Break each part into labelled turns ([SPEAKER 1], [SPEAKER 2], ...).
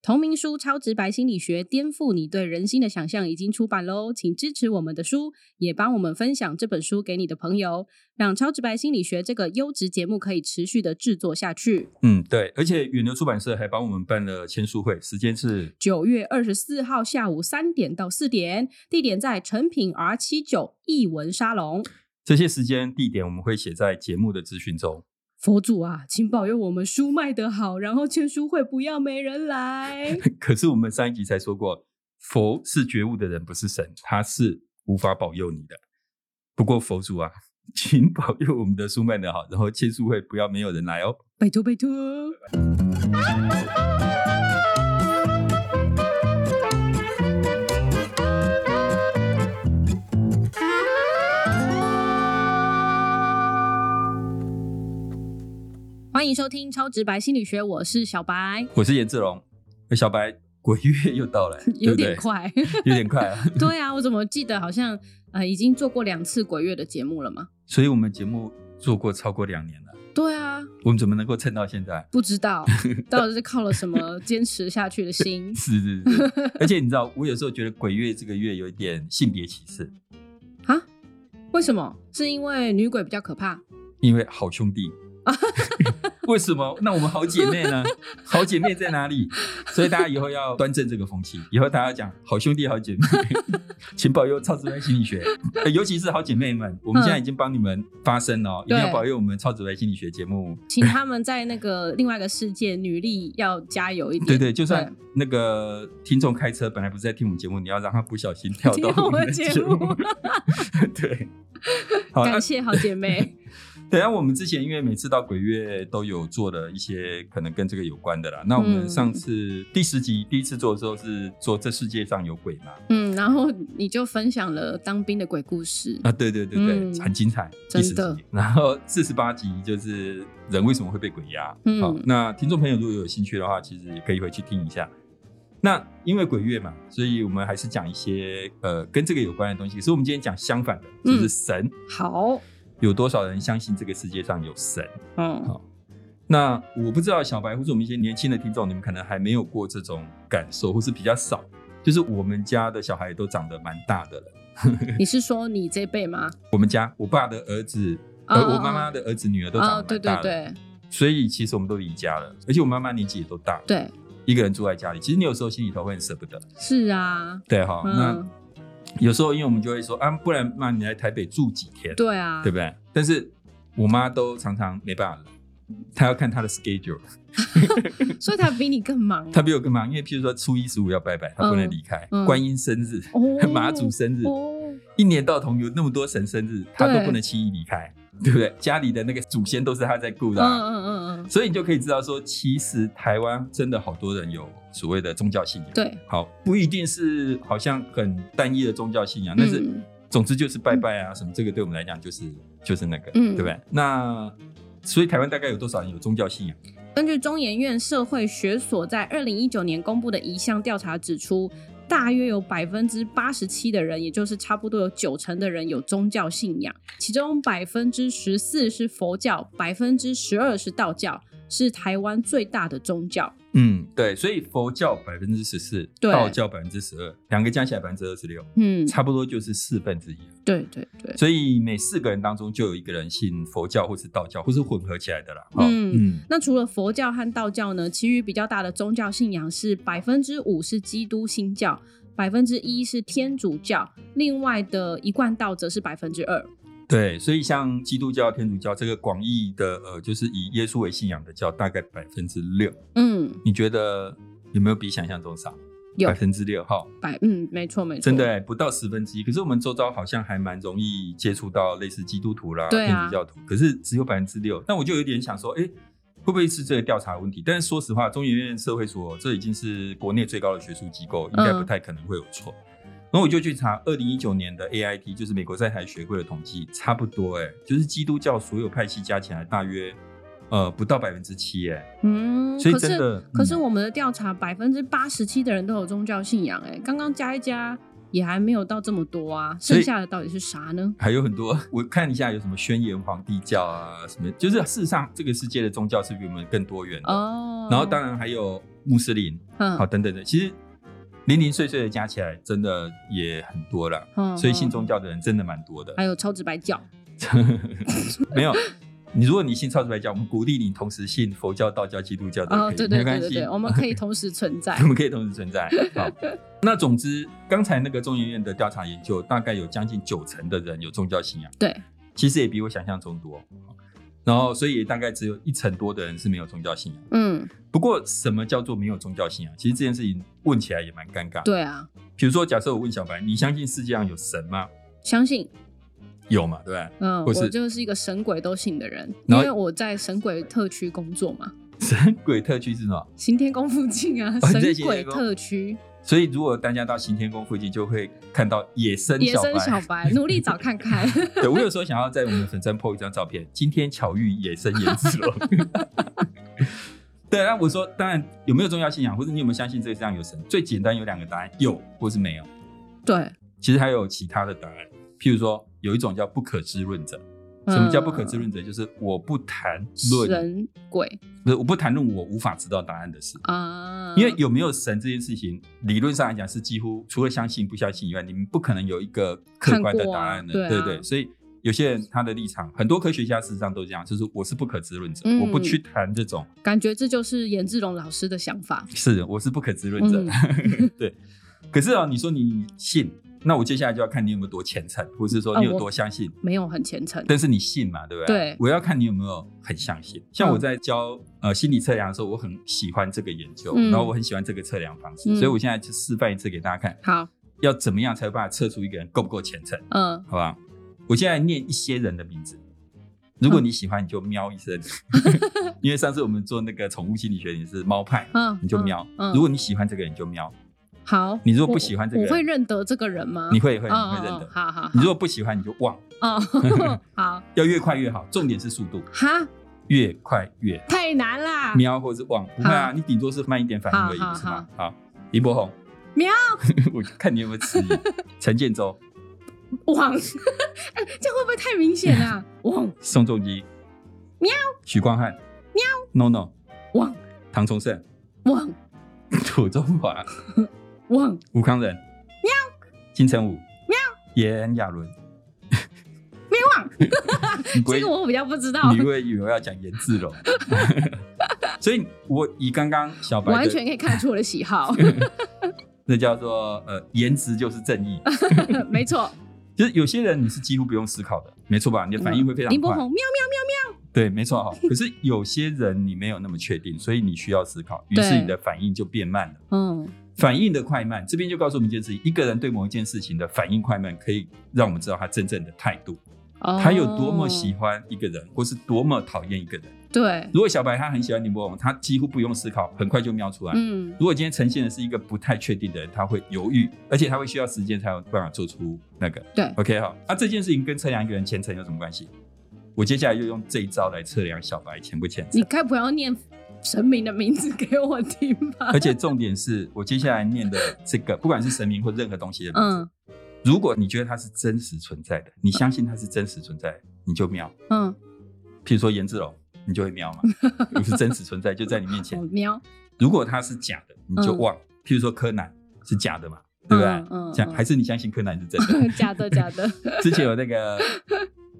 [SPEAKER 1] 同名书《超直白心理学：颠覆你对人心的想象》已经出版喽，请支持我们的书，也帮我们分享这本书给你的朋友，让《超直白心理学》这个优质节目可以持续的制作下去。
[SPEAKER 2] 嗯，对，而且远流出版社还帮我们办了签书会，时间是
[SPEAKER 1] 九月二十四号下午三点到四点，地点在成品 R 七九艺文沙龙。
[SPEAKER 2] 这些时间地点我们会写在节目的资讯中。
[SPEAKER 1] 佛祖啊，请保佑我们书卖得好，然后签书会不要没人来。
[SPEAKER 2] 可是我们上一集才说过，佛是觉悟的人，不是神，他是无法保佑你的。不过佛祖啊， 请保佑我们的书卖得好，然后签书会不要没有人来哦。
[SPEAKER 1] 拜托拜托。欢迎收听《超直白心理学》，我是小白，
[SPEAKER 2] 我是颜志龙，小白，鬼月又到了，
[SPEAKER 1] 有
[SPEAKER 2] 对
[SPEAKER 1] 点
[SPEAKER 2] 不对，
[SPEAKER 1] 快。
[SPEAKER 2] 有点快啊。
[SPEAKER 1] 对啊，我怎么记得好像呃已经做过两次鬼月的节目了嘛？
[SPEAKER 2] 所以我们节目做过超过两年了，
[SPEAKER 1] 对啊，
[SPEAKER 2] 我们怎么能够撑到现在？
[SPEAKER 1] 不知 道到底是靠了什么坚持下去的心。
[SPEAKER 2] 是是是，而且你知道，我有时候觉得鬼月这个月有一点性别歧视，
[SPEAKER 1] 啊？为什么？是因为女鬼比较可怕？
[SPEAKER 2] 因为好兄弟。为什么？那我们好姐妹呢？好姐妹在哪里？所以大家以后要端正这个风气，以后大家讲好兄弟、好姐妹， 请保佑超直白心理学，呃尤其是好姐妹们，我们现在已经帮你们发声了哦，一定要
[SPEAKER 1] 对
[SPEAKER 2] 保佑我们超直白心理学节目。
[SPEAKER 1] 请他们在那 个另外一个世界，女力要加油一点。
[SPEAKER 2] 对对，就算那个听众开车本来不是在听我们节目，你要让他不小心跳
[SPEAKER 1] 听
[SPEAKER 2] 到
[SPEAKER 1] 到
[SPEAKER 2] 我
[SPEAKER 1] 我
[SPEAKER 2] 们
[SPEAKER 1] 的
[SPEAKER 2] 的
[SPEAKER 1] 节
[SPEAKER 2] 节目
[SPEAKER 1] 目。
[SPEAKER 2] 对，好，
[SPEAKER 1] 对
[SPEAKER 2] 啊呃那
[SPEAKER 1] 感谢好姐 妹。
[SPEAKER 2] 对啊，我们之前因为每次到鬼月都有做的一些可能跟这个有关的啦。那我们
[SPEAKER 1] 嗯
[SPEAKER 2] 上次第十集第一次做的时候是做这世界上有鬼嘛？
[SPEAKER 1] 嗯，然后你就分享了当兵的鬼故事。
[SPEAKER 2] 啊，对对对对，
[SPEAKER 1] 嗯
[SPEAKER 2] 很精彩，第
[SPEAKER 1] 真
[SPEAKER 2] 十
[SPEAKER 1] 的
[SPEAKER 2] 集。然后四十八集就是人为什么会被鬼压？
[SPEAKER 1] 嗯
[SPEAKER 2] 好，那听众朋友如果有兴趣的话，其实也可以回去听一下。那因为鬼月嘛，所以我们还是讲一些呃跟这个有关的东西。可是我们今天讲相反的，就是
[SPEAKER 1] 嗯
[SPEAKER 2] 神、
[SPEAKER 1] 好，
[SPEAKER 2] 有多少人相信这个世界上有神？
[SPEAKER 1] 嗯，
[SPEAKER 2] 好，那我不知道小白或者我们一些年轻的听众，你们可能还没有过这种感受，或是比较少。就是我们家的小孩都长得蛮大的了，
[SPEAKER 1] 你是说你这辈吗？
[SPEAKER 2] 我们家我爸的儿子，
[SPEAKER 1] 哦
[SPEAKER 2] 呃，
[SPEAKER 1] 哦
[SPEAKER 2] 我妈妈的儿子女儿都
[SPEAKER 1] 哦，
[SPEAKER 2] 长
[SPEAKER 1] 对
[SPEAKER 2] 得蛮
[SPEAKER 1] 对
[SPEAKER 2] 大的，
[SPEAKER 1] 对
[SPEAKER 2] 所以其实我们都离家了，而且我妈妈年纪也都大，，
[SPEAKER 1] 对，
[SPEAKER 2] 一个人住在家里，其实你有时候心里头会很舍不得，
[SPEAKER 1] 是啊，
[SPEAKER 2] 对哈、
[SPEAKER 1] 嗯，
[SPEAKER 2] 那有时候因为我们就会说啊，不然妈你来台北住几天，
[SPEAKER 1] 对啊，
[SPEAKER 2] 对不对？但是我妈都常常没办法来，她要看她的 schedule，
[SPEAKER 1] 所以他比你更忙。
[SPEAKER 2] 他比我更忙，因为譬如说初一十五要拜拜，他不能离开；
[SPEAKER 1] 嗯嗯
[SPEAKER 2] 观音生日、
[SPEAKER 1] 哦
[SPEAKER 2] 马祖生日，
[SPEAKER 1] 哦，
[SPEAKER 2] 一年到头有那么多神生日，他都
[SPEAKER 1] 对
[SPEAKER 2] 不能轻易离开，对不对？家里的那个祖先都是他在顾
[SPEAKER 1] 嗯
[SPEAKER 2] 的啊、
[SPEAKER 1] 嗯嗯嗯，
[SPEAKER 2] 所以你就可以知道说，其实台湾真的好多人有所谓的宗教信仰。
[SPEAKER 1] 对，
[SPEAKER 2] 好，不一定是好像很单一的宗教信仰，但是
[SPEAKER 1] 嗯
[SPEAKER 2] 总之就是拜拜啊什么，这个对我们来讲就是就是那个，
[SPEAKER 1] 嗯
[SPEAKER 2] 对不对？那所以台湾大概有多少人有宗教信仰？
[SPEAKER 1] 根据中研院社会学所在二零一九年公布的一项调查指出，大约有百分之八十七的人，也就是差不多有九成的人有宗教信仰，其中百分之十四是佛教，百分之十二是道教，是台湾最大的宗教。
[SPEAKER 2] 嗯，对，所以佛教百分之十四，
[SPEAKER 1] 对
[SPEAKER 2] 道教百分之十二，两个加起来百分之二十六，
[SPEAKER 1] 嗯，
[SPEAKER 2] 差不多就是四分之一了。
[SPEAKER 1] 对对对，
[SPEAKER 2] 所以每四个人当中就有一个人信佛教或是道教，或是混合起来的啦。哦
[SPEAKER 1] 嗯那除了佛教和道教呢，其余比较大的宗教信仰是百分之五是基督新教，百分之一是天主教，另外的一贯道则是百分之二。
[SPEAKER 2] 对，所以像基督教、天主教这个广义的呃，就是以耶稣为信仰的教，大概百分之六。
[SPEAKER 1] 嗯，
[SPEAKER 2] 你觉得有没有比想象中少？
[SPEAKER 1] 有
[SPEAKER 2] 百分之六哈，
[SPEAKER 1] 百嗯，没错没错，
[SPEAKER 2] 真的、欸、不到十分之一。可是我们周遭好像还蛮容易接触到类似基督徒啦、
[SPEAKER 1] 对啊
[SPEAKER 2] 天主教徒，可是只有百分之六。那我就有点想说，哎、会不会是这个调查的问题？但是说实话，中研院社会所这已经是国内最高的学术机构，应该
[SPEAKER 1] 嗯
[SPEAKER 2] 不太可能会有错。然后我就去查二零一九年的 AIT，就是美国在台学会的统计，差不多哎、就是基督教所有派系加起来大约呃不到百分之七哎，
[SPEAKER 1] 嗯，
[SPEAKER 2] 所以
[SPEAKER 1] 可
[SPEAKER 2] 真
[SPEAKER 1] 是
[SPEAKER 2] 的
[SPEAKER 1] 可是
[SPEAKER 2] 嗯
[SPEAKER 1] 我们的调查百分之八十七的人都有宗教信仰、哎，刚刚加一加也还没有到这么多啊，
[SPEAKER 2] 所以
[SPEAKER 1] 剩下的到底是啥呢？
[SPEAKER 2] 还有很多，我看一下有什么宣言皇帝教啊，什么，就是事实上这个世界的宗教是比我们更多元的。
[SPEAKER 1] 哦，
[SPEAKER 2] 然后当然还有穆斯林，好、
[SPEAKER 1] 嗯，
[SPEAKER 2] 等等的，其实零零碎碎的加起来，真的也很多了。
[SPEAKER 1] 嗯
[SPEAKER 2] 所以信
[SPEAKER 1] 嗯
[SPEAKER 2] 宗教的人真的蛮多的
[SPEAKER 1] 还，有超直白教，
[SPEAKER 2] 没有。你如果你信超自白教，我们鼓励你同时信佛教、道教、基督教都
[SPEAKER 1] 哦，
[SPEAKER 2] 可
[SPEAKER 1] 对
[SPEAKER 2] 以，没
[SPEAKER 1] 对对
[SPEAKER 2] 关
[SPEAKER 1] 对
[SPEAKER 2] 系，
[SPEAKER 1] 对， 我们可以同时存在
[SPEAKER 2] 我，们可以同时存在。好， 那总之，刚才那个中研院的调查研究，大概有将近九成的人有宗教信仰，
[SPEAKER 1] 对，
[SPEAKER 2] 其实也比我想象中多。然后，所以大概只有一成多的人是没有宗教信仰。
[SPEAKER 1] 嗯，
[SPEAKER 2] 不过，什么叫做没有宗教信仰？其实这件事情问起来也蛮尴尬。，
[SPEAKER 1] 对啊，
[SPEAKER 2] 比如说，假设我问小白，你相信世界上有神吗？
[SPEAKER 1] 相信，
[SPEAKER 2] 有嘛，对 吧？
[SPEAKER 1] 嗯，
[SPEAKER 2] 或是
[SPEAKER 1] 我就是一个神鬼都信的人，因
[SPEAKER 2] 然后
[SPEAKER 1] 为我在神鬼特区工作嘛，
[SPEAKER 2] 神鬼特区是什么？
[SPEAKER 1] 行天宫附近啊，
[SPEAKER 2] 哦你
[SPEAKER 1] 神
[SPEAKER 2] 在行天
[SPEAKER 1] 鬼
[SPEAKER 2] 宫
[SPEAKER 1] 特区，
[SPEAKER 2] 所以，如果大家到行天宫附近，就会看到野生
[SPEAKER 1] 野
[SPEAKER 2] 小白。
[SPEAKER 1] 生小白，努力找看看，
[SPEAKER 2] 对我有时候想要在我们的粉砖 po 一张照片，今天巧遇野生颜值龙。 对，那我说，当然有没有宗教信仰，或者你有没有相信这个世上有神？最简单有两个答案，有或是没有。
[SPEAKER 1] 对，
[SPEAKER 2] 其实还有其他的答案，譬如说有一种叫不可知论者。什么叫不可
[SPEAKER 1] 嗯？
[SPEAKER 2] 知论者？就是我不谈论，
[SPEAKER 1] 神鬼
[SPEAKER 2] 不是我不谈论我无法知道答案的事。
[SPEAKER 1] 啊，
[SPEAKER 2] 因为有没有神这件事情，理论上来讲是几乎除了相信不相信以外，你们不可能有一个客观的答案的，
[SPEAKER 1] 看过啊对
[SPEAKER 2] 对
[SPEAKER 1] 啊
[SPEAKER 2] 对。所以有些人他的立场，很多科学家事实上都这样，就是我是不可知论者，
[SPEAKER 1] 嗯
[SPEAKER 2] 我不去谈这种，
[SPEAKER 1] 感觉这就是颜志龙老师的想法，
[SPEAKER 2] 是我是不可知论者，
[SPEAKER 1] 嗯
[SPEAKER 2] 对。可是啊、你说你信，那我接下来就要看你有没有多虔诚，或是说你
[SPEAKER 1] 哦
[SPEAKER 2] 有
[SPEAKER 1] 我
[SPEAKER 2] 多相信。
[SPEAKER 1] 没有很虔诚，
[SPEAKER 2] 但是你信嘛，对不对？
[SPEAKER 1] 对
[SPEAKER 2] 我要看你有没有很相信。像
[SPEAKER 1] 嗯
[SPEAKER 2] 我在教、呃心理测量的时候，我很喜欢这个研究，
[SPEAKER 1] 嗯
[SPEAKER 2] 然后我很喜欢这个测量方式，
[SPEAKER 1] 嗯
[SPEAKER 2] 所以我现在就示范一次给大家看。
[SPEAKER 1] 好，
[SPEAKER 2] 要怎么样才有办法测出一个人够不够虔诚，
[SPEAKER 1] 嗯，
[SPEAKER 2] 好吧？我现在念一些人的名字，如果你喜欢，你就喵一声， 因为上次我们做那个宠物心理学，你是猫派，
[SPEAKER 1] 嗯，
[SPEAKER 2] 你就喵
[SPEAKER 1] 嗯。嗯
[SPEAKER 2] 如果你喜欢这个人，你就喵。
[SPEAKER 1] 好，
[SPEAKER 2] 你如果不
[SPEAKER 1] 我
[SPEAKER 2] 喜欢这个
[SPEAKER 1] 我会
[SPEAKER 2] 人
[SPEAKER 1] 认得这个人吗？
[SPEAKER 2] 你会会你
[SPEAKER 1] 哦
[SPEAKER 2] 会认
[SPEAKER 1] 哦
[SPEAKER 2] 得。
[SPEAKER 1] 好好，
[SPEAKER 2] 你如果不喜欢，你就忘。
[SPEAKER 1] 好 哦，好
[SPEAKER 2] 要越快越好，重点是速度，
[SPEAKER 1] 哈，
[SPEAKER 2] 越快越好
[SPEAKER 1] 太难啦，
[SPEAKER 2] 喵或是忘，不会啊，
[SPEAKER 1] 好
[SPEAKER 2] 你顶多是慢一点反应而已，
[SPEAKER 1] 好好
[SPEAKER 2] 不是吗？好，林柏宏，
[SPEAKER 1] 喵，
[SPEAKER 2] 我看你有没有迟疑。陈建州、
[SPEAKER 1] 汪， 哎，这样会不会太明显 啊？汪
[SPEAKER 2] 宋仲基，
[SPEAKER 1] 喵，
[SPEAKER 2] 许光汉，喵，NONO，
[SPEAKER 1] 汪
[SPEAKER 2] 唐崇盛。
[SPEAKER 1] 汪
[SPEAKER 2] 土中华、
[SPEAKER 1] 汪，
[SPEAKER 2] 吴康仁、喵、金城武、
[SPEAKER 1] 喵、
[SPEAKER 2] 炎亚纶、
[SPEAKER 1] 没忘，
[SPEAKER 2] 你不
[SPEAKER 1] 这
[SPEAKER 2] 会
[SPEAKER 1] 个我比较不知道，
[SPEAKER 2] 你会以为我要讲颜志龙， 所以我以刚刚小白
[SPEAKER 1] 完
[SPEAKER 2] 的
[SPEAKER 1] 全可以看出我的喜好，
[SPEAKER 2] 那叫做呃颜值就是正 义，
[SPEAKER 1] 没错，
[SPEAKER 2] 就是有些人你是几乎不用思考的，没错吧？你的反应会非常
[SPEAKER 1] 嗯林柏
[SPEAKER 2] 快，
[SPEAKER 1] 宏喵喵喵，
[SPEAKER 2] 对，没错哈、可是有些人你没有那么确定，所以你需要思考，于是
[SPEAKER 1] 对
[SPEAKER 2] 你的反应就变慢了。
[SPEAKER 1] 嗯，
[SPEAKER 2] 反应的快慢，这边就告诉我们一件事情：一个人对某一件事情的反应快慢，可以让我们知道他真正的态度。
[SPEAKER 1] 哦
[SPEAKER 2] 他有多么喜，欢一个人，或是多么讨厌一个人。
[SPEAKER 1] 对，
[SPEAKER 2] 如果小白他很喜欢林柏宏，他几乎不用思考，很快就瞄出来。
[SPEAKER 1] 嗯，
[SPEAKER 2] 如果今天呈现的是一个不太确定的人，他会犹豫，而且他会需要时间才有办法做出那个。
[SPEAKER 1] 对
[SPEAKER 2] ，OK 好。那、这件事情跟测量一个人虔诚有什么关系？我接下来就用这一招来测量小白虔不虔
[SPEAKER 1] 你
[SPEAKER 2] 诚。
[SPEAKER 1] 该不要念神明的名字给我听吧？
[SPEAKER 2] 而且重点是我接下来念的这个，不管是神明或任何东西的名字，
[SPEAKER 1] 嗯
[SPEAKER 2] 如果你觉得它是真实存在的，你相信它是真实存在的，你就瞄。
[SPEAKER 1] 嗯，
[SPEAKER 2] 譬如说颜志龙，你就会瞄 嘛，不是真实存在就在你面前
[SPEAKER 1] 我。哦喵，
[SPEAKER 2] 如果它是假的，你就
[SPEAKER 1] 嗯
[SPEAKER 2] 忘。譬如说柯南是假的嘛，对不
[SPEAKER 1] 嗯嗯
[SPEAKER 2] 对？假
[SPEAKER 1] 嗯
[SPEAKER 2] 还是你相信柯南是真 的？
[SPEAKER 1] 假的假的，
[SPEAKER 2] 之前有 那个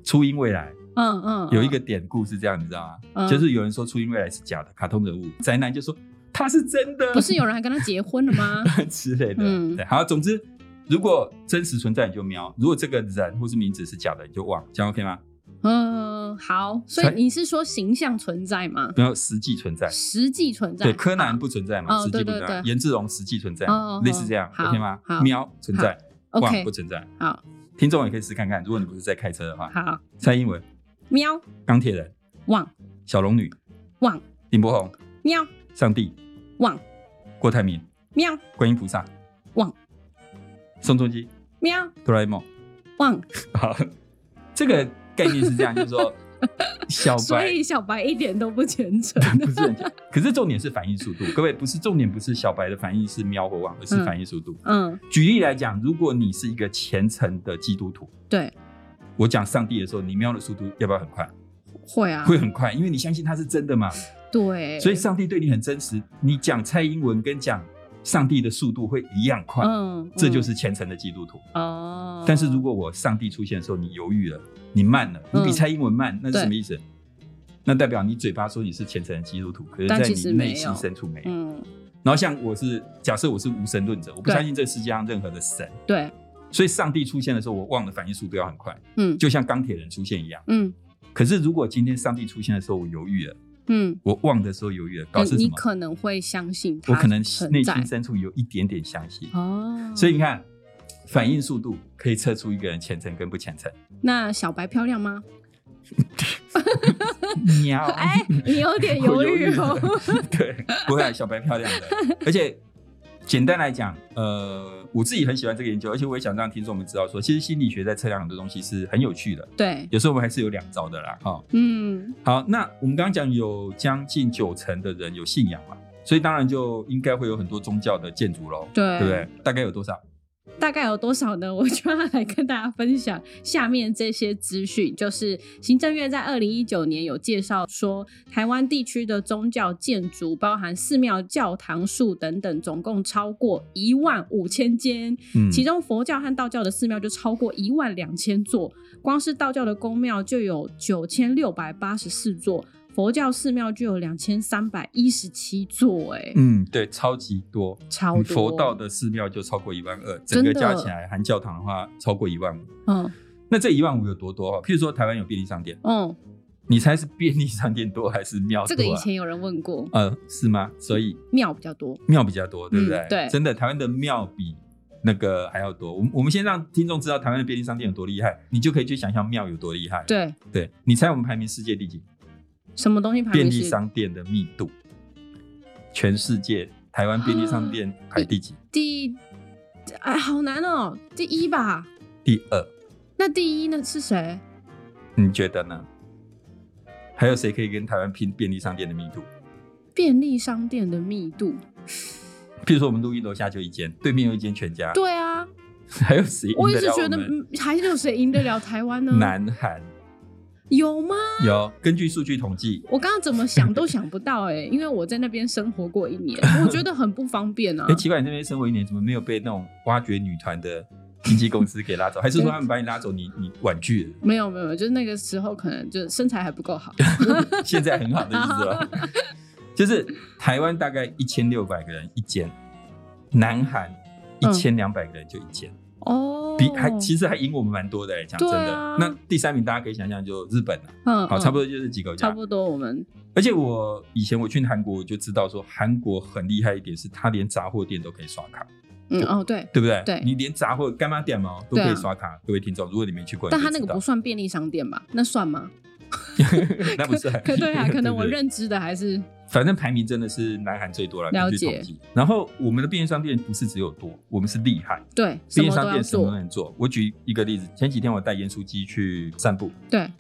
[SPEAKER 2] 初音未来
[SPEAKER 1] 嗯嗯，
[SPEAKER 2] 有一个典故是这样，你知道吗？
[SPEAKER 1] 嗯
[SPEAKER 2] 就是有人说初音未来是假的，卡通人物宅男就说他是真的，
[SPEAKER 1] 不是有人还跟他结婚了吗？
[SPEAKER 2] 之类的。
[SPEAKER 1] 嗯
[SPEAKER 2] 对，好，总之如果真实存在你就瞄，如果这个人或是名字是假的你就忘，这样 OK 吗？
[SPEAKER 1] 嗯，好，所以
[SPEAKER 2] 才
[SPEAKER 1] 你是说形象存在吗？
[SPEAKER 2] 不要实际存在。
[SPEAKER 1] 实际存在？
[SPEAKER 2] 对，柯南
[SPEAKER 1] 好
[SPEAKER 2] 不存在嘛，
[SPEAKER 1] 啊哦
[SPEAKER 2] 实际
[SPEAKER 1] 对
[SPEAKER 2] 不存
[SPEAKER 1] 对
[SPEAKER 2] 在。
[SPEAKER 1] 对
[SPEAKER 2] 颜志龙实际存在
[SPEAKER 1] 哦哦，
[SPEAKER 2] 类似这样
[SPEAKER 1] 好
[SPEAKER 2] ，OK 吗？
[SPEAKER 1] 好
[SPEAKER 2] 喵存在，
[SPEAKER 1] 好
[SPEAKER 2] 旺
[SPEAKER 1] OK
[SPEAKER 2] 不存在。
[SPEAKER 1] 好
[SPEAKER 2] 听众也可以试看看，如果你不是在开车的话，
[SPEAKER 1] 好
[SPEAKER 2] 蔡英文、
[SPEAKER 1] 喵
[SPEAKER 2] 钢铁人、
[SPEAKER 1] 旺
[SPEAKER 2] 小龙女、
[SPEAKER 1] 旺
[SPEAKER 2] 林柏宏、
[SPEAKER 1] 喵
[SPEAKER 2] 上帝、
[SPEAKER 1] 旺
[SPEAKER 2] 郭台铭、
[SPEAKER 1] 喵
[SPEAKER 2] 观音菩萨、
[SPEAKER 1] 旺
[SPEAKER 2] 宋仲基、
[SPEAKER 1] 喵
[SPEAKER 2] 哆啦 A 梦。
[SPEAKER 1] 旺，
[SPEAKER 2] 好， 这个概念是这样，就是 说小
[SPEAKER 1] 所
[SPEAKER 2] 白
[SPEAKER 1] 以小白一点都不虔诚。
[SPEAKER 2] 不是很强，可是重点是反应速度。各位，不是重点，不是小白的反应是喵或汪，而是
[SPEAKER 1] 嗯
[SPEAKER 2] 反应速度。
[SPEAKER 1] 嗯，
[SPEAKER 2] 举例来讲，如果你是一个虔诚的基督徒，
[SPEAKER 1] 对，
[SPEAKER 2] 我讲上帝的时候，你瞄的速度要不要很快？
[SPEAKER 1] 会啊，
[SPEAKER 2] 会很快，因为你相信他是真的嘛。
[SPEAKER 1] 对，
[SPEAKER 2] 所以上帝对你很真实，你讲蔡英文跟讲上帝的速度会一样快，
[SPEAKER 1] 嗯，
[SPEAKER 2] 这就
[SPEAKER 1] 嗯
[SPEAKER 2] 是虔诚的基督徒。
[SPEAKER 1] 哦。
[SPEAKER 2] 但是如果我上帝出现的时候，你犹豫了，你慢了，你比
[SPEAKER 1] 嗯
[SPEAKER 2] 蔡英文慢，那是
[SPEAKER 1] 对
[SPEAKER 2] 什么意思？那代表你嘴巴说你是虔诚的基督徒，可是
[SPEAKER 1] 但
[SPEAKER 2] 在
[SPEAKER 1] 其实
[SPEAKER 2] 你
[SPEAKER 1] 没
[SPEAKER 2] 内心
[SPEAKER 1] 有
[SPEAKER 2] 深处没有。
[SPEAKER 1] 嗯，
[SPEAKER 2] 然后像我是假设我是无神论者，我不
[SPEAKER 1] 对
[SPEAKER 2] 相信这世界上任何的神，
[SPEAKER 1] 对，
[SPEAKER 2] 所以上帝出现的时候，我忘了反应速度要很快，
[SPEAKER 1] 嗯，
[SPEAKER 2] 就像钢铁人出现一样。
[SPEAKER 1] 嗯
[SPEAKER 2] 可是如果今天上帝出现的时候，我犹豫了，
[SPEAKER 1] 嗯，
[SPEAKER 2] 我忘的时候犹豫了，导
[SPEAKER 1] 但
[SPEAKER 2] 致什
[SPEAKER 1] 你
[SPEAKER 2] 么？
[SPEAKER 1] 可能会相信他
[SPEAKER 2] 我可能
[SPEAKER 1] 存
[SPEAKER 2] 内
[SPEAKER 1] 在
[SPEAKER 2] 心深处有一点点相信。
[SPEAKER 1] 哦。
[SPEAKER 2] 所以你看，反应速度可以测出一个人虔诚跟不虔 诚。
[SPEAKER 1] 那小白漂亮吗？
[SPEAKER 2] 喵，
[SPEAKER 1] 哎，你有 点犹
[SPEAKER 2] 啊我
[SPEAKER 1] 豫哦。
[SPEAKER 2] 了 对，不会啊，小白漂亮 的，而且简单来讲，呃，我自己很喜欢这个研究，而且我也想让听众们知道说，其实心理学在测量很多东西是很有趣的，
[SPEAKER 1] 对，
[SPEAKER 2] 有时候我们还是有两招的啦，哈、
[SPEAKER 1] 嗯，
[SPEAKER 2] 好，那我们刚刚讲有将近九成的人有信仰嘛，所以当然就应该会有很多宗教的建筑喽，
[SPEAKER 1] 对
[SPEAKER 2] 对不对？大概有多少？
[SPEAKER 1] 大概有多少呢？我就要来跟大家分享下面这些资讯，就是行政院在二零一九年有介绍说，台湾地区的宗教建筑，包含寺庙、教堂数等等，总共超过一万五千间，
[SPEAKER 2] 嗯
[SPEAKER 1] 其中佛教和道教的寺庙就超过一万两千座，光是道教的宫庙就有九千六百八十四座，佛教寺庙就有两千三百一十七座、哎、
[SPEAKER 2] 嗯，对，超级多。
[SPEAKER 1] 超多。
[SPEAKER 2] 佛道，的寺庙就超过一万二，
[SPEAKER 1] 真
[SPEAKER 2] 整
[SPEAKER 1] 的
[SPEAKER 2] 个加起来含教堂的话超过一万五。
[SPEAKER 1] 嗯
[SPEAKER 2] 那这一万五有多多、哦？譬如说台湾有便利商店，
[SPEAKER 1] 嗯，
[SPEAKER 2] 你猜是便利商店多还是庙多、啊？
[SPEAKER 1] 这个以前有人问过，
[SPEAKER 2] 呃是吗？所以
[SPEAKER 1] 庙比较多。
[SPEAKER 2] 庙比较多，对不对？
[SPEAKER 1] 嗯对
[SPEAKER 2] 真的台湾的庙比那个还要多。我们我们先让听众知道台湾的便利商店有多厉害，你就可以去想象庙有多厉害。
[SPEAKER 1] 对，
[SPEAKER 2] 对，你猜我们排名世界第几？
[SPEAKER 1] 什么东西排
[SPEAKER 2] 便
[SPEAKER 1] 名
[SPEAKER 2] 利
[SPEAKER 1] 是
[SPEAKER 2] 商店的密度，全世界台湾便利商店排第
[SPEAKER 1] 啊
[SPEAKER 2] 几？
[SPEAKER 1] 第？哎，好难哦，第一吧。
[SPEAKER 2] 第二，
[SPEAKER 1] 那第一呢是谁？
[SPEAKER 2] 你觉得呢？还有谁可以跟台湾拼便利商店的密度？
[SPEAKER 1] 便利商店的密度。
[SPEAKER 2] 譬如说，我们录音楼下就一间，对面有一间全家，
[SPEAKER 1] 对啊，
[SPEAKER 2] 还有谁赢
[SPEAKER 1] 我一
[SPEAKER 2] 得
[SPEAKER 1] 直
[SPEAKER 2] 了
[SPEAKER 1] 觉
[SPEAKER 2] 我
[SPEAKER 1] 得
[SPEAKER 2] 们？
[SPEAKER 1] 嗯还有谁赢得了台 湾呢？
[SPEAKER 2] 南韩
[SPEAKER 1] 有吗？
[SPEAKER 2] 有，根据数据统计，
[SPEAKER 1] 我刚刚怎么想都想不到哎、因为我在那边生活过一年，我觉得很不方 便啊
[SPEAKER 2] 哎、。奇怪，你这边生活一年，怎么没有被那种挖掘女团的经纪公司给 拉走？还是说他们把你拉走，你你婉拒了？
[SPEAKER 1] 没有没有，就是那个时候可能就是身材还不够 好。
[SPEAKER 2] 现在很好的意思了，就是台湾大概一千六百个人一间，南韩一
[SPEAKER 1] 嗯
[SPEAKER 2] 千两百个人就一间，
[SPEAKER 1] 哦，
[SPEAKER 2] 比还其实还赢我们蛮多的、欸。讲真
[SPEAKER 1] 对
[SPEAKER 2] 的，
[SPEAKER 1] 啊
[SPEAKER 2] 那第三名大家可以想象就日本了、
[SPEAKER 1] 嗯，
[SPEAKER 2] 好，差不
[SPEAKER 1] 多
[SPEAKER 2] 多就是几个这
[SPEAKER 1] 差
[SPEAKER 2] 样。
[SPEAKER 1] 不多，我们
[SPEAKER 2] 而且我以前我去韩国，我就知道说韩国很厉害一点，是他连杂货店都可以刷卡，
[SPEAKER 1] 嗯哦对，
[SPEAKER 2] 对不对？
[SPEAKER 1] 对
[SPEAKER 2] 你连杂货干妈店哦都
[SPEAKER 1] 对啊
[SPEAKER 2] 可以刷卡，各位听众，如果你没去过，
[SPEAKER 1] 但
[SPEAKER 2] 你
[SPEAKER 1] 他
[SPEAKER 2] 就
[SPEAKER 1] 那个
[SPEAKER 2] 知道
[SPEAKER 1] 不算便利商店吧？那算 吗？
[SPEAKER 2] 那不是很
[SPEAKER 1] 可 对啊，可能我
[SPEAKER 2] 对对
[SPEAKER 1] 认知的还是
[SPEAKER 2] 反正排名真的是南韩最多了，
[SPEAKER 1] 了
[SPEAKER 2] 根据
[SPEAKER 1] 解
[SPEAKER 2] 统计。然后我们的便利商店不是只有多，我们是厉害，
[SPEAKER 1] 对，什
[SPEAKER 2] 便利
[SPEAKER 1] 么都
[SPEAKER 2] 商
[SPEAKER 1] 要
[SPEAKER 2] 店什么都
[SPEAKER 1] 做，
[SPEAKER 2] 能做。我举一个例子，前几天我带盐酥鸡去散步，
[SPEAKER 1] 对，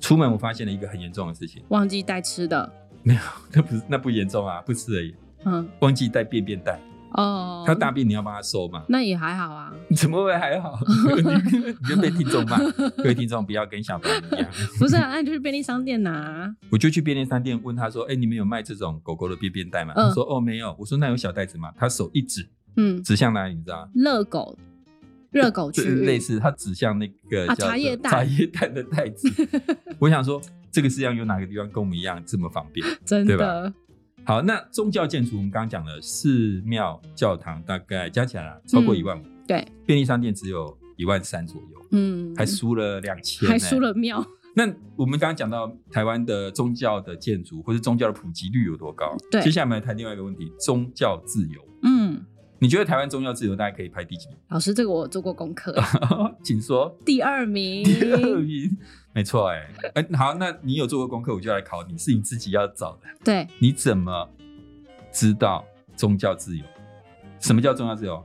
[SPEAKER 2] 出门我发现了一个很严重的事情，
[SPEAKER 1] 忘记带吃的，
[SPEAKER 2] 那不是那不严重啊，不吃而已，
[SPEAKER 1] 嗯，
[SPEAKER 2] 忘记带便便袋，
[SPEAKER 1] 哦，
[SPEAKER 2] 他大便你要帮他收嘛。
[SPEAKER 1] 那也还好啊，
[SPEAKER 2] 怎么会还 好？你就被听众骂， 各位听众不要跟小白一样。
[SPEAKER 1] 不是、啊，那你就去便利商店拿，
[SPEAKER 2] 我就去便利商店问他说：“哎、你们有卖这种狗狗的便便袋吗？”
[SPEAKER 1] 嗯
[SPEAKER 2] 他说：“哦，没有。”我说：“那有小袋子吗？”他手一指，
[SPEAKER 1] 嗯，
[SPEAKER 2] 指向哪里？你知道吗？
[SPEAKER 1] 热狗，热狗区
[SPEAKER 2] 这
[SPEAKER 1] 域，
[SPEAKER 2] 类似，它指向那个
[SPEAKER 1] 啊
[SPEAKER 2] 叫做
[SPEAKER 1] 茶叶蛋
[SPEAKER 2] 茶叶蛋的袋 子。我想说，这个世界上有哪个地方跟我们一样这么方便？
[SPEAKER 1] 真
[SPEAKER 2] 对
[SPEAKER 1] 的
[SPEAKER 2] 吧，好，那宗教建筑我们刚刚讲了，寺庙、教堂大概加起来啊超过
[SPEAKER 1] 嗯
[SPEAKER 2] 一万五、
[SPEAKER 1] 对，
[SPEAKER 2] 便利商店只有一万三左右，
[SPEAKER 1] 嗯，
[SPEAKER 2] 还输了两千、
[SPEAKER 1] 还输。了庙，
[SPEAKER 2] 那我们刚刚讲到台湾的宗教的建筑或是宗教的普及率有多高？
[SPEAKER 1] 对
[SPEAKER 2] 接下来我们来谈另外一个问题：宗教自由。
[SPEAKER 1] 嗯，
[SPEAKER 2] 你觉得台湾宗教自由大概可以排第几名？
[SPEAKER 1] 老师，这个我有做过功课，
[SPEAKER 2] 请说。
[SPEAKER 1] 第二名，
[SPEAKER 2] 第二名， 没错、哎，哎、好，那你有做过功课，我就来考你，是你自己要找的。
[SPEAKER 1] 对，
[SPEAKER 2] 你怎么知道宗教自由？什么叫宗教自由？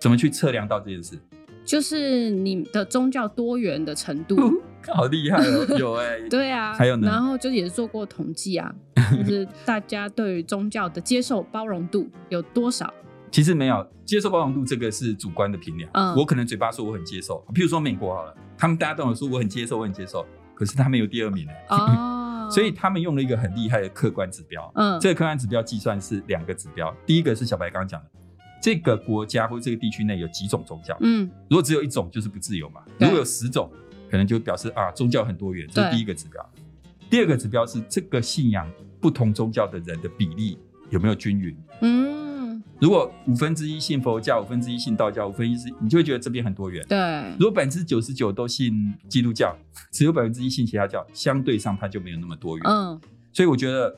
[SPEAKER 2] 怎么去测量到这件事？
[SPEAKER 1] 就是你的宗教多元的程度。
[SPEAKER 2] 好厉害哦！有哎、
[SPEAKER 1] 对啊，
[SPEAKER 2] 嗯还有呢
[SPEAKER 1] 然后就也做过统计 啊，就是大家对于宗教的接受包容度有多少？
[SPEAKER 2] 其实没有接受包容度，这个是主观的评量。
[SPEAKER 1] 嗯
[SPEAKER 2] 我可能嘴巴说我很接受，譬如说美国好了，他们大家都有说我很接受，我很接受，可是他们有第二名哎、
[SPEAKER 1] 哦，哦，
[SPEAKER 2] 所以他们用了一个很厉害的客观指标。
[SPEAKER 1] 嗯，
[SPEAKER 2] 这个客观指标计算是两个指标，第一个是小白刚刚讲的，这个国家或这个地区内有几种宗教，
[SPEAKER 1] 嗯
[SPEAKER 2] 如果只有一种就是不自由嘛，
[SPEAKER 1] 对
[SPEAKER 2] 如果有十种，可能就表示啊宗教很多元，这是
[SPEAKER 1] 对
[SPEAKER 2] 第一个指标。第二个指标是这个信仰不同宗教的人的比例有没有均匀。
[SPEAKER 1] 嗯，
[SPEAKER 2] 如果五分之一信佛教，五分之一信道教，五分之一你就会觉得这边很多元。
[SPEAKER 1] 对，
[SPEAKER 2] 如果百分之九十九都信基督教，只有百分之一信其他教，相对上它就没有那么多元。
[SPEAKER 1] 嗯
[SPEAKER 2] 所以我觉得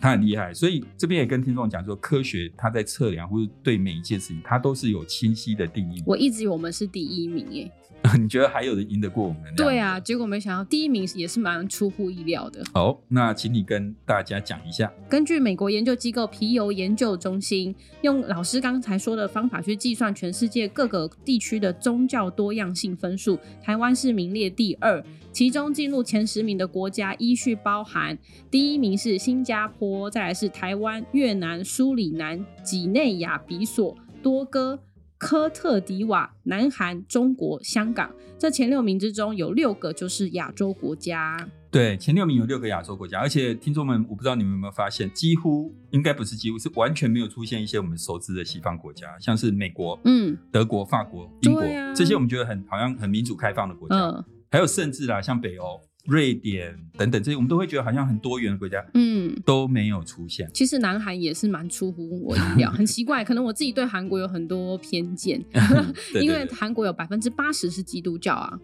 [SPEAKER 2] 他很厉害。所以这边也跟听众讲说，科学它在测量或者对每一件事情，它都是有清晰的定义。
[SPEAKER 1] 我一直以为我们是第一名耶，
[SPEAKER 2] 你觉得还有人赢得过我们？
[SPEAKER 1] 对。啊，结果没想到第一名也是蛮出乎意料的。
[SPEAKER 2] 好，那请你跟大家讲一下。
[SPEAKER 1] 根据美国研究机构皮尤研究中心用老师刚才说的方法去计算全世界各个地区的宗教多样性分数，台湾是名列第二，其中进入前十名的国家依序包含第一名是新加坡，再来是台湾、越南、苏里南、几内亚比索、多哥。科特迪瓦、南韩、中国、香港，这前六名之中有六个就是亚洲国家。
[SPEAKER 2] 对，前六名有六个亚洲国家，而且听众们，我不知道你们有没有发现，几乎应该不是几乎，是完全没有出现一些我们熟知的西方国家，像是美国、
[SPEAKER 1] 嗯
[SPEAKER 2] 德国、法国、英国、
[SPEAKER 1] 对啊
[SPEAKER 2] 这些，我们觉得很好像很民主开放的国家，
[SPEAKER 1] 嗯
[SPEAKER 2] 还有甚至啦，像北欧、瑞典等等这些，我们都会觉得好像很多元的国家
[SPEAKER 1] 嗯，
[SPEAKER 2] 都没有出现。
[SPEAKER 1] 其实南韩也是蛮出乎我意 料，很奇怪，可能我自己对韩国有很多偏见，
[SPEAKER 2] 嗯对
[SPEAKER 1] 因为
[SPEAKER 2] 对对
[SPEAKER 1] 韩国有百分之八十是基督教啊，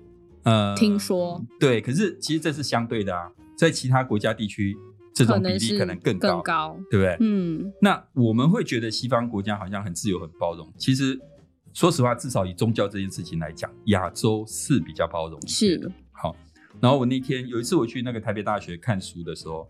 [SPEAKER 2] 呃
[SPEAKER 1] 听说
[SPEAKER 2] 对，可是其实这是相对的啊，在其他国家地区，这种比例
[SPEAKER 1] 是
[SPEAKER 2] 可能更高，
[SPEAKER 1] 更高，
[SPEAKER 2] 对不对？
[SPEAKER 1] 嗯
[SPEAKER 2] 那我们会觉得西方国家好像很自由、很包容，其实说实话，至少以宗教这件事情来讲，亚洲是比较包容一些的
[SPEAKER 1] 是。
[SPEAKER 2] 好，然后我那天有一次我去那个台北大学看书的时候。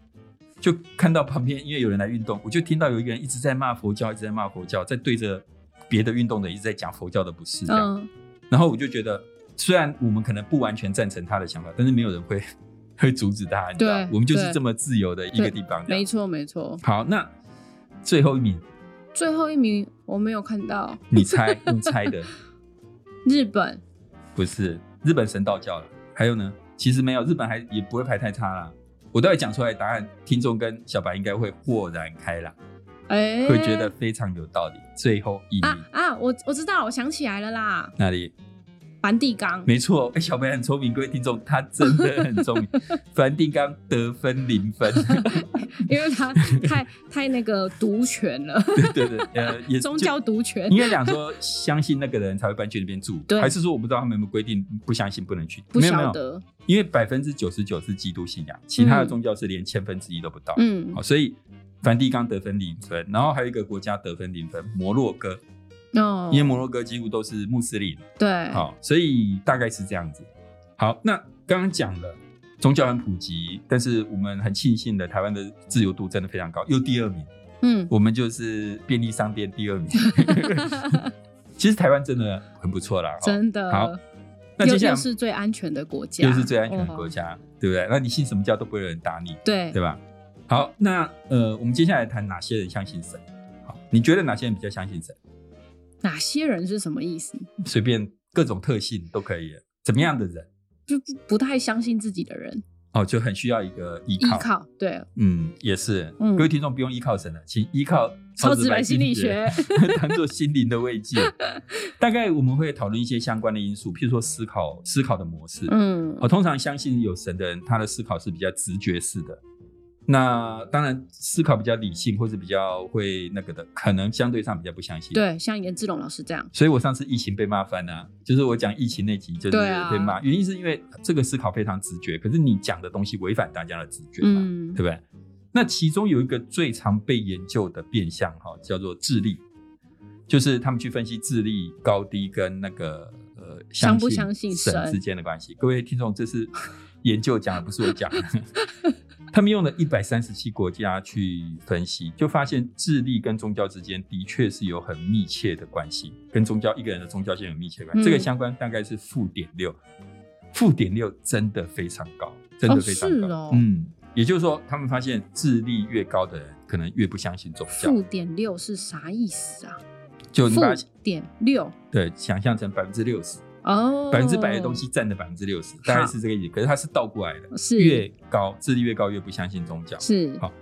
[SPEAKER 2] 就看到旁边，因为有人来运动，我就听到有一个人一直在骂佛教，一直在骂佛教，在对着别的运动的人一直在讲佛教的不是这样。
[SPEAKER 1] 嗯，
[SPEAKER 2] 然后我就觉得，虽然我们可能不完全赞成他的想法，但是没有人会 会阻止他，你知道吗
[SPEAKER 1] 对，
[SPEAKER 2] 我们就是
[SPEAKER 1] 对
[SPEAKER 2] 这么自由的一个地方。
[SPEAKER 1] 没错没错。
[SPEAKER 2] 好，那最后一名，
[SPEAKER 1] 最后一名我没有看到
[SPEAKER 2] 你猜， 你猜的
[SPEAKER 1] 日本，
[SPEAKER 2] 不是日本神道教了，还有呢？其实没有，日本还也不会排太差啦。我待会讲出来答案，听众跟小白应该会豁然开朗，
[SPEAKER 1] 哎、
[SPEAKER 2] 会觉得嗯非常有道理。最后一名、
[SPEAKER 1] 啊啊，我我知道，我想起来了啦，
[SPEAKER 2] 那里？
[SPEAKER 1] 梵蒂冈，
[SPEAKER 2] 嗯没错，哎、小白很聪明，各位听众，他真的很聪 明。梵蒂冈得分零分。
[SPEAKER 1] 因为 它太太那个独权了，
[SPEAKER 2] 对对，对，呃，也
[SPEAKER 1] 宗
[SPEAKER 2] 就
[SPEAKER 1] 教独权
[SPEAKER 2] 应，该讲说，相信那个人才会搬去那边住，
[SPEAKER 1] 对
[SPEAKER 2] 还是说我不知道他们有没有规定，不相信不能去？
[SPEAKER 1] 不
[SPEAKER 2] 没有没
[SPEAKER 1] 晓
[SPEAKER 2] 有，
[SPEAKER 1] 得，
[SPEAKER 2] 因为百分之九十九是基督信仰，其他的
[SPEAKER 1] 嗯
[SPEAKER 2] 宗教是连千分之一都不到。
[SPEAKER 1] 嗯
[SPEAKER 2] 好，所以梵蒂冈得分零分，然后还有一个国家得分零分，摩洛哥，
[SPEAKER 1] 哦
[SPEAKER 2] 因为，摩洛哥几乎都是穆斯林，
[SPEAKER 1] 对，
[SPEAKER 2] 好，所以大概是这样子。好，那刚刚讲了。宗教很普及，但是我们很庆幸的，台湾的自由度真的非常高，又第二名，
[SPEAKER 1] 嗯，
[SPEAKER 2] 我们就是便利商店第 二名。其实台湾真的很不错啦，哦
[SPEAKER 1] 真的
[SPEAKER 2] 好。那接下来
[SPEAKER 1] 又又是最安全的国家，哦
[SPEAKER 2] 又是最安全的国家，对不对？那你信什么教都不会有人打你，
[SPEAKER 1] 对
[SPEAKER 2] 对吧？好，那呃，我们接下来谈哪些人相信神？好，你觉得哪些人比较相信神？
[SPEAKER 1] 哪些人是什么意思？
[SPEAKER 2] 随便各种特性都可以，怎么样的人
[SPEAKER 1] 就不不太相信自己的人，
[SPEAKER 2] 哦，就很需要一个依
[SPEAKER 1] 依
[SPEAKER 2] 靠。
[SPEAKER 1] 靠对
[SPEAKER 2] 嗯，也是，
[SPEAKER 1] 嗯
[SPEAKER 2] 各位听众不用依靠神了，请依靠
[SPEAKER 1] 超
[SPEAKER 2] 直
[SPEAKER 1] 直
[SPEAKER 2] 白
[SPEAKER 1] 白心理
[SPEAKER 2] 学。
[SPEAKER 1] 学，
[SPEAKER 2] 当做心灵的 慰藉。大概我们会讨论一些相关的因素，譬如说思考思考的模式。
[SPEAKER 1] 嗯
[SPEAKER 2] 哦我、，通常相信有神的人，他的思考是比较直觉式的。那当然，思考比较理性或是比较会那个的，可能相对上比较不相信。。
[SPEAKER 1] 对，像颜志龙老师这样，
[SPEAKER 2] 所以我上次疫情被骂翻啊，就是我讲疫情那集就是
[SPEAKER 1] 对啊
[SPEAKER 2] 被骂，原因是因为这个思考非常直觉，可是你讲的东西违反大家的直觉嘛，
[SPEAKER 1] 嗯
[SPEAKER 2] 对不对？那其中有一个最常被研究的变相哈、叫做智力，就是他们去分析智力高低跟那个呃
[SPEAKER 1] 相不相信
[SPEAKER 2] 神
[SPEAKER 1] 神
[SPEAKER 2] 之间的关系。各位听众，这是研究讲的，不是我讲的。 他们用了一百三十七国家去分析，就发现智力跟宗教之间的确是有很密切的关系，跟宗教一个人的宗教性有密切的关系。
[SPEAKER 1] 嗯
[SPEAKER 2] 这个相关大概是负点六，负点六真的非常高，真的非常高。
[SPEAKER 1] 是哦
[SPEAKER 2] 嗯，也就是说，他们发现智力越高的人，可能越不相信宗教。
[SPEAKER 1] 负点六是啥意思啊？
[SPEAKER 2] 就你
[SPEAKER 1] 负
[SPEAKER 2] 把它
[SPEAKER 1] 点六，
[SPEAKER 2] 对想象成百分之六十，
[SPEAKER 1] 哦，
[SPEAKER 2] 百分之百的东西占了百分之六十，大概是这个意思。可是它是倒过来的，
[SPEAKER 1] 是
[SPEAKER 2] 越高智力越高越不相信宗教。
[SPEAKER 1] 是
[SPEAKER 2] 好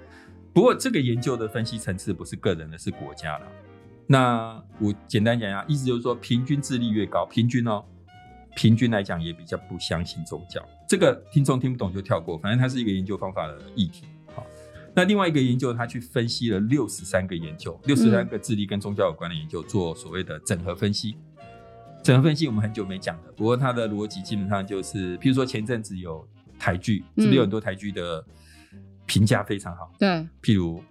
[SPEAKER 2] 不过这个研究的分析层次不是个人的，是国家的。那我简单讲一下，意思就是说，平均智力越高，平均哦，平均来讲也比较不相信宗教。这个听众听不懂就跳过，反正它是一个研究方法的议题。好，那另外一个研究，它去分析了六十三个研究，六十三个智力跟宗教有关的研究，做所谓的整合分析。整合分析我们很久没讲了，不过它的逻辑基本上就是，譬如说前阵子有台剧，是不是有很多台剧的评价非常好？
[SPEAKER 1] 对
[SPEAKER 2] 譬如，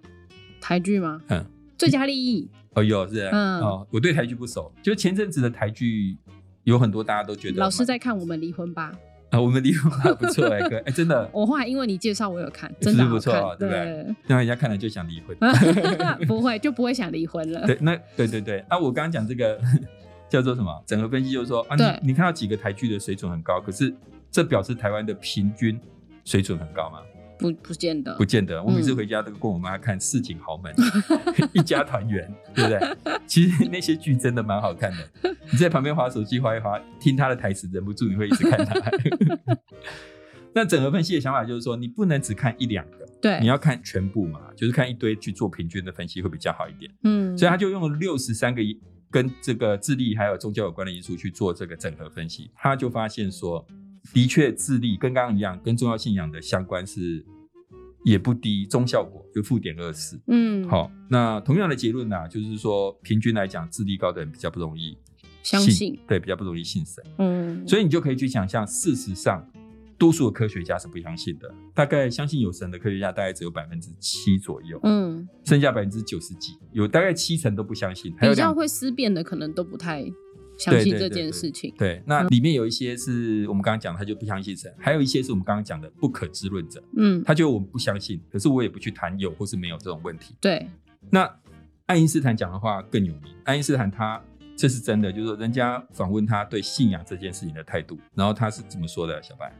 [SPEAKER 1] 台剧吗？
[SPEAKER 2] 嗯，
[SPEAKER 1] 最佳利益
[SPEAKER 2] 哦有是，
[SPEAKER 1] 嗯
[SPEAKER 2] 哦，我对台剧不熟，就前阵子的台剧有很多大家都觉得
[SPEAKER 1] 老师
[SPEAKER 2] 蛮
[SPEAKER 1] 在看我们离婚吧。
[SPEAKER 2] 啊，我 们离婚吧不错哎、哥，哎、真 的，
[SPEAKER 1] 我后来因为你介绍，我有看，
[SPEAKER 2] 是
[SPEAKER 1] 真的好
[SPEAKER 2] 不错
[SPEAKER 1] 看
[SPEAKER 2] 哦对不对让人家看了就想 离婚。
[SPEAKER 1] 对不会就不会想离婚了。
[SPEAKER 2] 对，那对对对，啊，我刚刚讲这个叫做什么？整合分析就是说啊，
[SPEAKER 1] 对
[SPEAKER 2] 你你看到几个台剧的水准很高，可是这表示台湾的平均水准很高吗？
[SPEAKER 1] 不不见得
[SPEAKER 2] 不，见得。我每次回家都跟我妈看《市井豪门》 一家团圆，对不对？其实那些剧真的蛮好看的。你在旁边划手机划一划，听他的台词，忍不住你会一直看他。 那整合分析的想法就是说，你不能只看一两个，
[SPEAKER 1] 对，
[SPEAKER 2] 你要看全部嘛，就是看一堆去做平均的分析会比较好一点。
[SPEAKER 1] 嗯，
[SPEAKER 2] 所以他就用了六十三个因跟这个智力还有宗教有关的因素去做这个整合分析，他就发现说，的确智力跟刚刚一样，跟宗教信仰的相关是也不低，中效果就负点二四。
[SPEAKER 1] 嗯，
[SPEAKER 2] 好，那同样的结论呢、就是说平均来讲，智力高的人比较不容易
[SPEAKER 1] 相信，
[SPEAKER 2] 对，比较不容易信神，
[SPEAKER 1] 嗯，
[SPEAKER 2] 所以你就可以去想象，事实上。多数的科学家是不相信的，大概相信有神的科学家大概只有百分之七左右，
[SPEAKER 1] 嗯，
[SPEAKER 2] 剩下百分之九十几，有大概七成都不相信，还有
[SPEAKER 1] 比
[SPEAKER 2] 两
[SPEAKER 1] 较会思辨的可能都不太相
[SPEAKER 2] 对
[SPEAKER 1] 信
[SPEAKER 2] 对
[SPEAKER 1] 这
[SPEAKER 2] 对
[SPEAKER 1] 件
[SPEAKER 2] 对
[SPEAKER 1] 事情。
[SPEAKER 2] 对，那里面有一些是我们刚刚讲的，他就不相信神；还有一些是我们刚刚讲的不可知论者，
[SPEAKER 1] 嗯，
[SPEAKER 2] 他觉得我们不相信，可是我也不去谈有或是没有这种问题。
[SPEAKER 1] 对，
[SPEAKER 2] 那爱因斯坦讲的话更有名，爱因斯坦他这是真的，就是说人家访问他对信仰这件事情的态度，然后他是怎么说的？小白，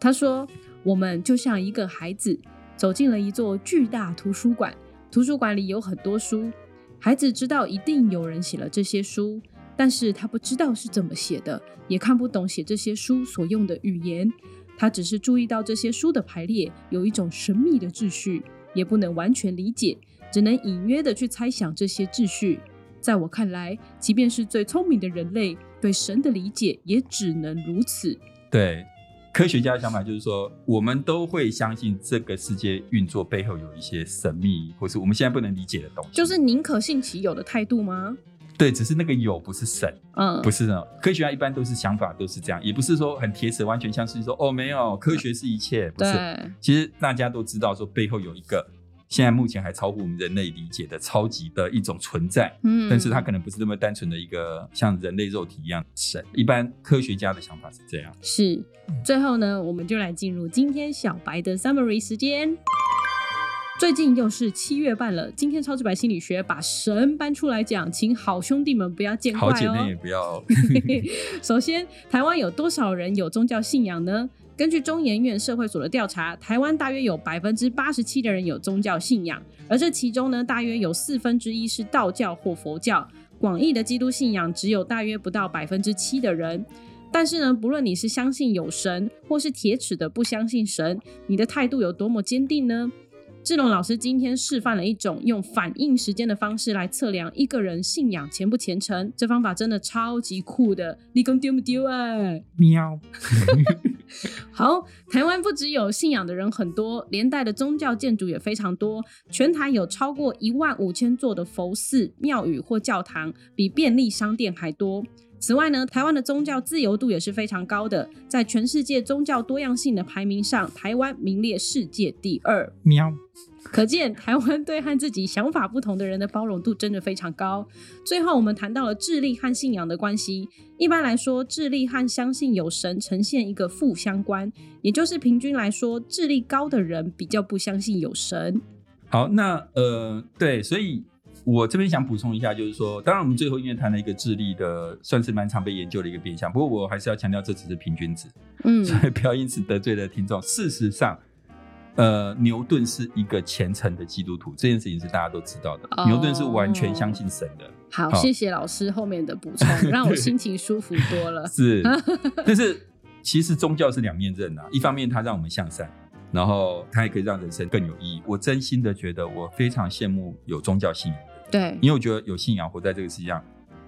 [SPEAKER 1] 他说：“我们就像一个孩子走进了一座巨大图书馆，图书馆里有很多书。孩子知道一定有人写了这些书，但是他不知道是怎么写的，也看不懂写这些书所用的语言。他只是注意到这些书的排列有一种神秘的秩序，也不能完全理解，只能隐约的去猜想这些秩序。”在我看来，即便是最聪明的人类，对神的理解也只能如此。
[SPEAKER 2] 对。科学家的想法就是说，我们都会相信这个世界运作背后有一些神秘，或是我们现在不能理解的东西。
[SPEAKER 1] 就是宁可信其有的态度吗？
[SPEAKER 2] 对，只是那个有不是神，
[SPEAKER 1] 嗯，
[SPEAKER 2] 不是呢，科学家一般都是想法都是这样，也不是说很铁齿完全相信说哦没有，科学是一切，不是。
[SPEAKER 1] 对，
[SPEAKER 2] 其实大家都知道说背后有一个现在目前还超乎我们人类理解的超级的一种存在，
[SPEAKER 1] 嗯，
[SPEAKER 2] 但是它可能不是那么单纯的一个像人类肉体一样的神。一般科学家的想法是这样。
[SPEAKER 1] 是最后呢，我们就来进入今天小白的 summary 时间。最近又是七月半了，今天超直白心理学把神搬出来讲，请好兄弟们不要见怪
[SPEAKER 2] 好姐妹也
[SPEAKER 1] 哦。
[SPEAKER 2] 不要
[SPEAKER 1] 首先，台湾有多少人有宗教信仰呢？根据中研院社会所的调查，台湾大约有百分之八十七的人有宗教信仰，而这其中呢，大约有四分之一是道教或佛教。广义的基督信仰只有大约不到百分之七的人。但是呢，不论你是相信有神，或是铁齿的不相信神，你的态度有多么坚定呢？志龙老师今天示范了一种用反应时间的方式来测量一个人信仰虔不虔诚，这方法真的超级酷的，你跟丢不丢哎？
[SPEAKER 2] 喵，
[SPEAKER 1] 好，台湾不只有信仰的人很多，连带的宗教建筑也非常多。全台有超过一万五千座的佛寺、庙宇或教堂，比便利商店还多。此外呢，台湾的宗教自由度也是非常高的，在全世界宗教多样性的排名上，台湾名列世界第二。
[SPEAKER 2] 喵，
[SPEAKER 1] 可见台湾对和自己想法不同的人的包容度真的非常高。最后，我们谈到了智力和信仰的关系。一般来说，智力和相信有神呈现一个负相关，也就是平均来说，智力高的人比较不相信有神。
[SPEAKER 2] 好，那呃，对，所以我这边想补充一下，就是说，当然我们最后因为谈了一个智力的，算是蛮常被研究的一个变相，不过我还是要强调，这只是平均值，
[SPEAKER 1] 嗯
[SPEAKER 2] 所以不要因此得罪了听众。事实上，呃，牛顿是一个虔诚的基督徒，这件事情是大家都知道的。
[SPEAKER 1] 哦
[SPEAKER 2] 牛顿是完全相信神 的，
[SPEAKER 1] 好，
[SPEAKER 2] 好
[SPEAKER 1] 谢谢老师后面的补 充，让我心情舒服多了。
[SPEAKER 2] 是，但是其实宗教是两面刃啊，一方面它让我们向善，然后它也可以让人生更有意义。我真心的觉得，我非常羡慕有宗教信仰的人，
[SPEAKER 1] 对，
[SPEAKER 2] 因为我觉得有信仰活在这个世界上，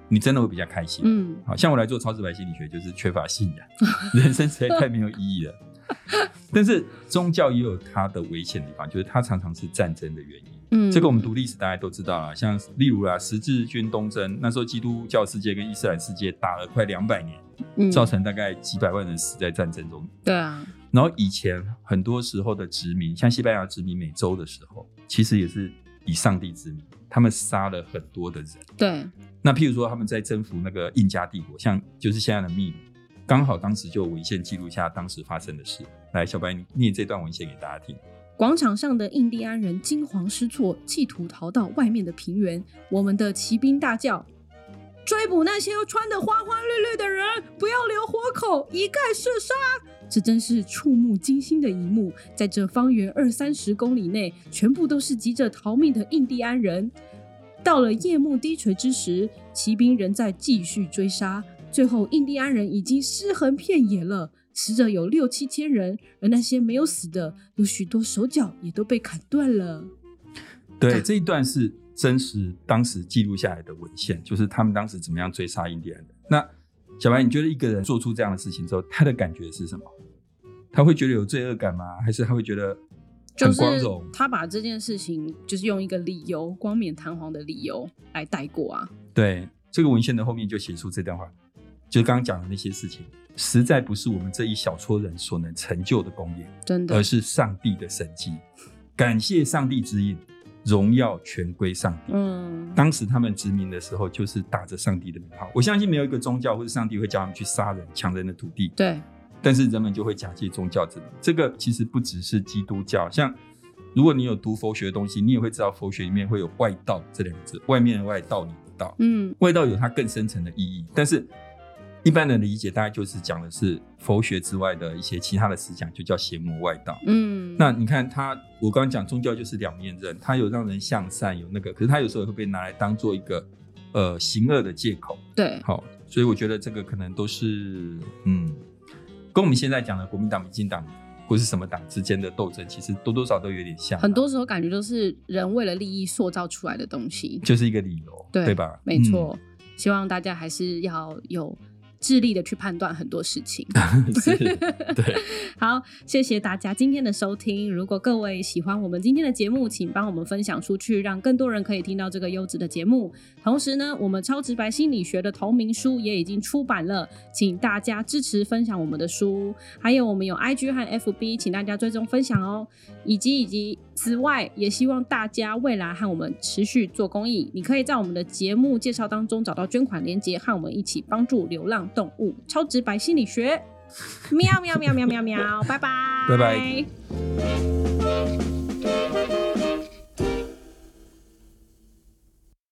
[SPEAKER 2] 你真的会比较开心。
[SPEAKER 1] 嗯，
[SPEAKER 2] 好像我来做超直白心理学，就是缺乏信仰， 人生实在太没有意 义了。但是宗教也有它的危险的地方，就是它常常是战争的原因。
[SPEAKER 1] 嗯，
[SPEAKER 2] 这个我们读历史大家都知道啦，像例如啦，十字军东征，那时候基督教世界跟伊斯兰世界打了快两百年，
[SPEAKER 1] 嗯
[SPEAKER 2] 造成大概几百万人死在战争中。
[SPEAKER 1] 对啊，
[SPEAKER 2] 然后以前很多时候的殖民，像西班牙殖民美洲的时候，其实也是以上帝之名，他们杀了很多的人。
[SPEAKER 1] 对，
[SPEAKER 2] 那譬如说他们在征服那个印加帝国，像就是现在的秘鲁，刚好当时就有文献记录下当时发生的事。来，小白，你念这段文献给大家听。
[SPEAKER 1] 广场上的印第安人惊慌失措，企图逃到外面的平原。我们的骑兵大叫：“追捕那些穿得花花绿绿的人，不要留活口，一概射杀！”这真是触目惊心的一幕，在这方圆二三十公里内，全部都是急着逃命的印第安人。到了夜幕低垂之时，骑兵仍在继续追杀，最后印第安人已经尸横遍野了，死者有六七千人，而那些没有死的，有许多手脚也都被砍断了。
[SPEAKER 2] 对，
[SPEAKER 1] 对
[SPEAKER 2] 这一段是真实当时记录下来的文献，就是他们当时怎么样追杀印第安人。那小白，你觉得一个人做出这样的事情之后，他的感觉是什么？他会觉得有罪恶感吗？还是他会觉得
[SPEAKER 1] 就
[SPEAKER 2] 很
[SPEAKER 1] 是
[SPEAKER 2] 光荣？
[SPEAKER 1] 他把这件事情，就是用一个理由，冠冕堂皇的理由来带过啊。
[SPEAKER 2] 对，这个文献的后面就写出这段话，就是刚刚讲的那些事情，实在不是我们这一小撮人所能成就的功业。
[SPEAKER 1] 真的
[SPEAKER 2] 而，是上帝的神迹。感谢上帝指引，荣耀全归上帝。
[SPEAKER 1] 嗯，
[SPEAKER 2] 当时他们殖民的时候，就是打着上帝的名号。我相信没有一个宗教或者上帝会叫他们去杀人、抢人的土地，
[SPEAKER 1] 对，
[SPEAKER 2] 但是人们就会假借宗教之名。这个其实不只是基督教，像如果你有读佛学的东西，你也会知道佛学里面会有外道这两个字，外面的外，道理的道。
[SPEAKER 1] 嗯，
[SPEAKER 2] 味道有它更深层的意义，但是一般人的理解大概就是讲的是佛学之外的一些其他的思想，就叫邪魔外道。
[SPEAKER 1] 嗯，
[SPEAKER 2] 那你看他，我刚刚讲宗教就是两面刃，它有让人向善，有那个，可是它有时候也会被拿来当做一个呃行恶的借口。
[SPEAKER 1] 对，
[SPEAKER 2] 好，所以我觉得这个可能都是嗯，跟我们现在讲的国民党、民进党或是什么党之间的斗争，其实多多少少都有点像啊，
[SPEAKER 1] 很多时候感觉都是人为了利益塑造出来的东西。
[SPEAKER 2] 就是一个理由，
[SPEAKER 1] 对
[SPEAKER 2] 吧？
[SPEAKER 1] 没错，希望大家还是要有智力的去判断很多事情。
[SPEAKER 2] 嗯， 是， 对。
[SPEAKER 1] 好，谢谢大家今天的收听。如果各位喜欢我们今天的节目，请帮我们分享出去，让更多人可以听到这个优质的节目。同时呢，我们超直白心理学的同名书也已经出版了，请大家支持分享我们的书。还有我们有 IG 和 FB，请大家追踪分享哦。以及以及此外，也希望大家未来和我们持续做公益。你可以在我们的节目介绍当中找到捐款链接，和我们一起帮助流浪动物。超直白心理学，喵喵喵喵喵喵，拜拜，
[SPEAKER 2] 拜拜。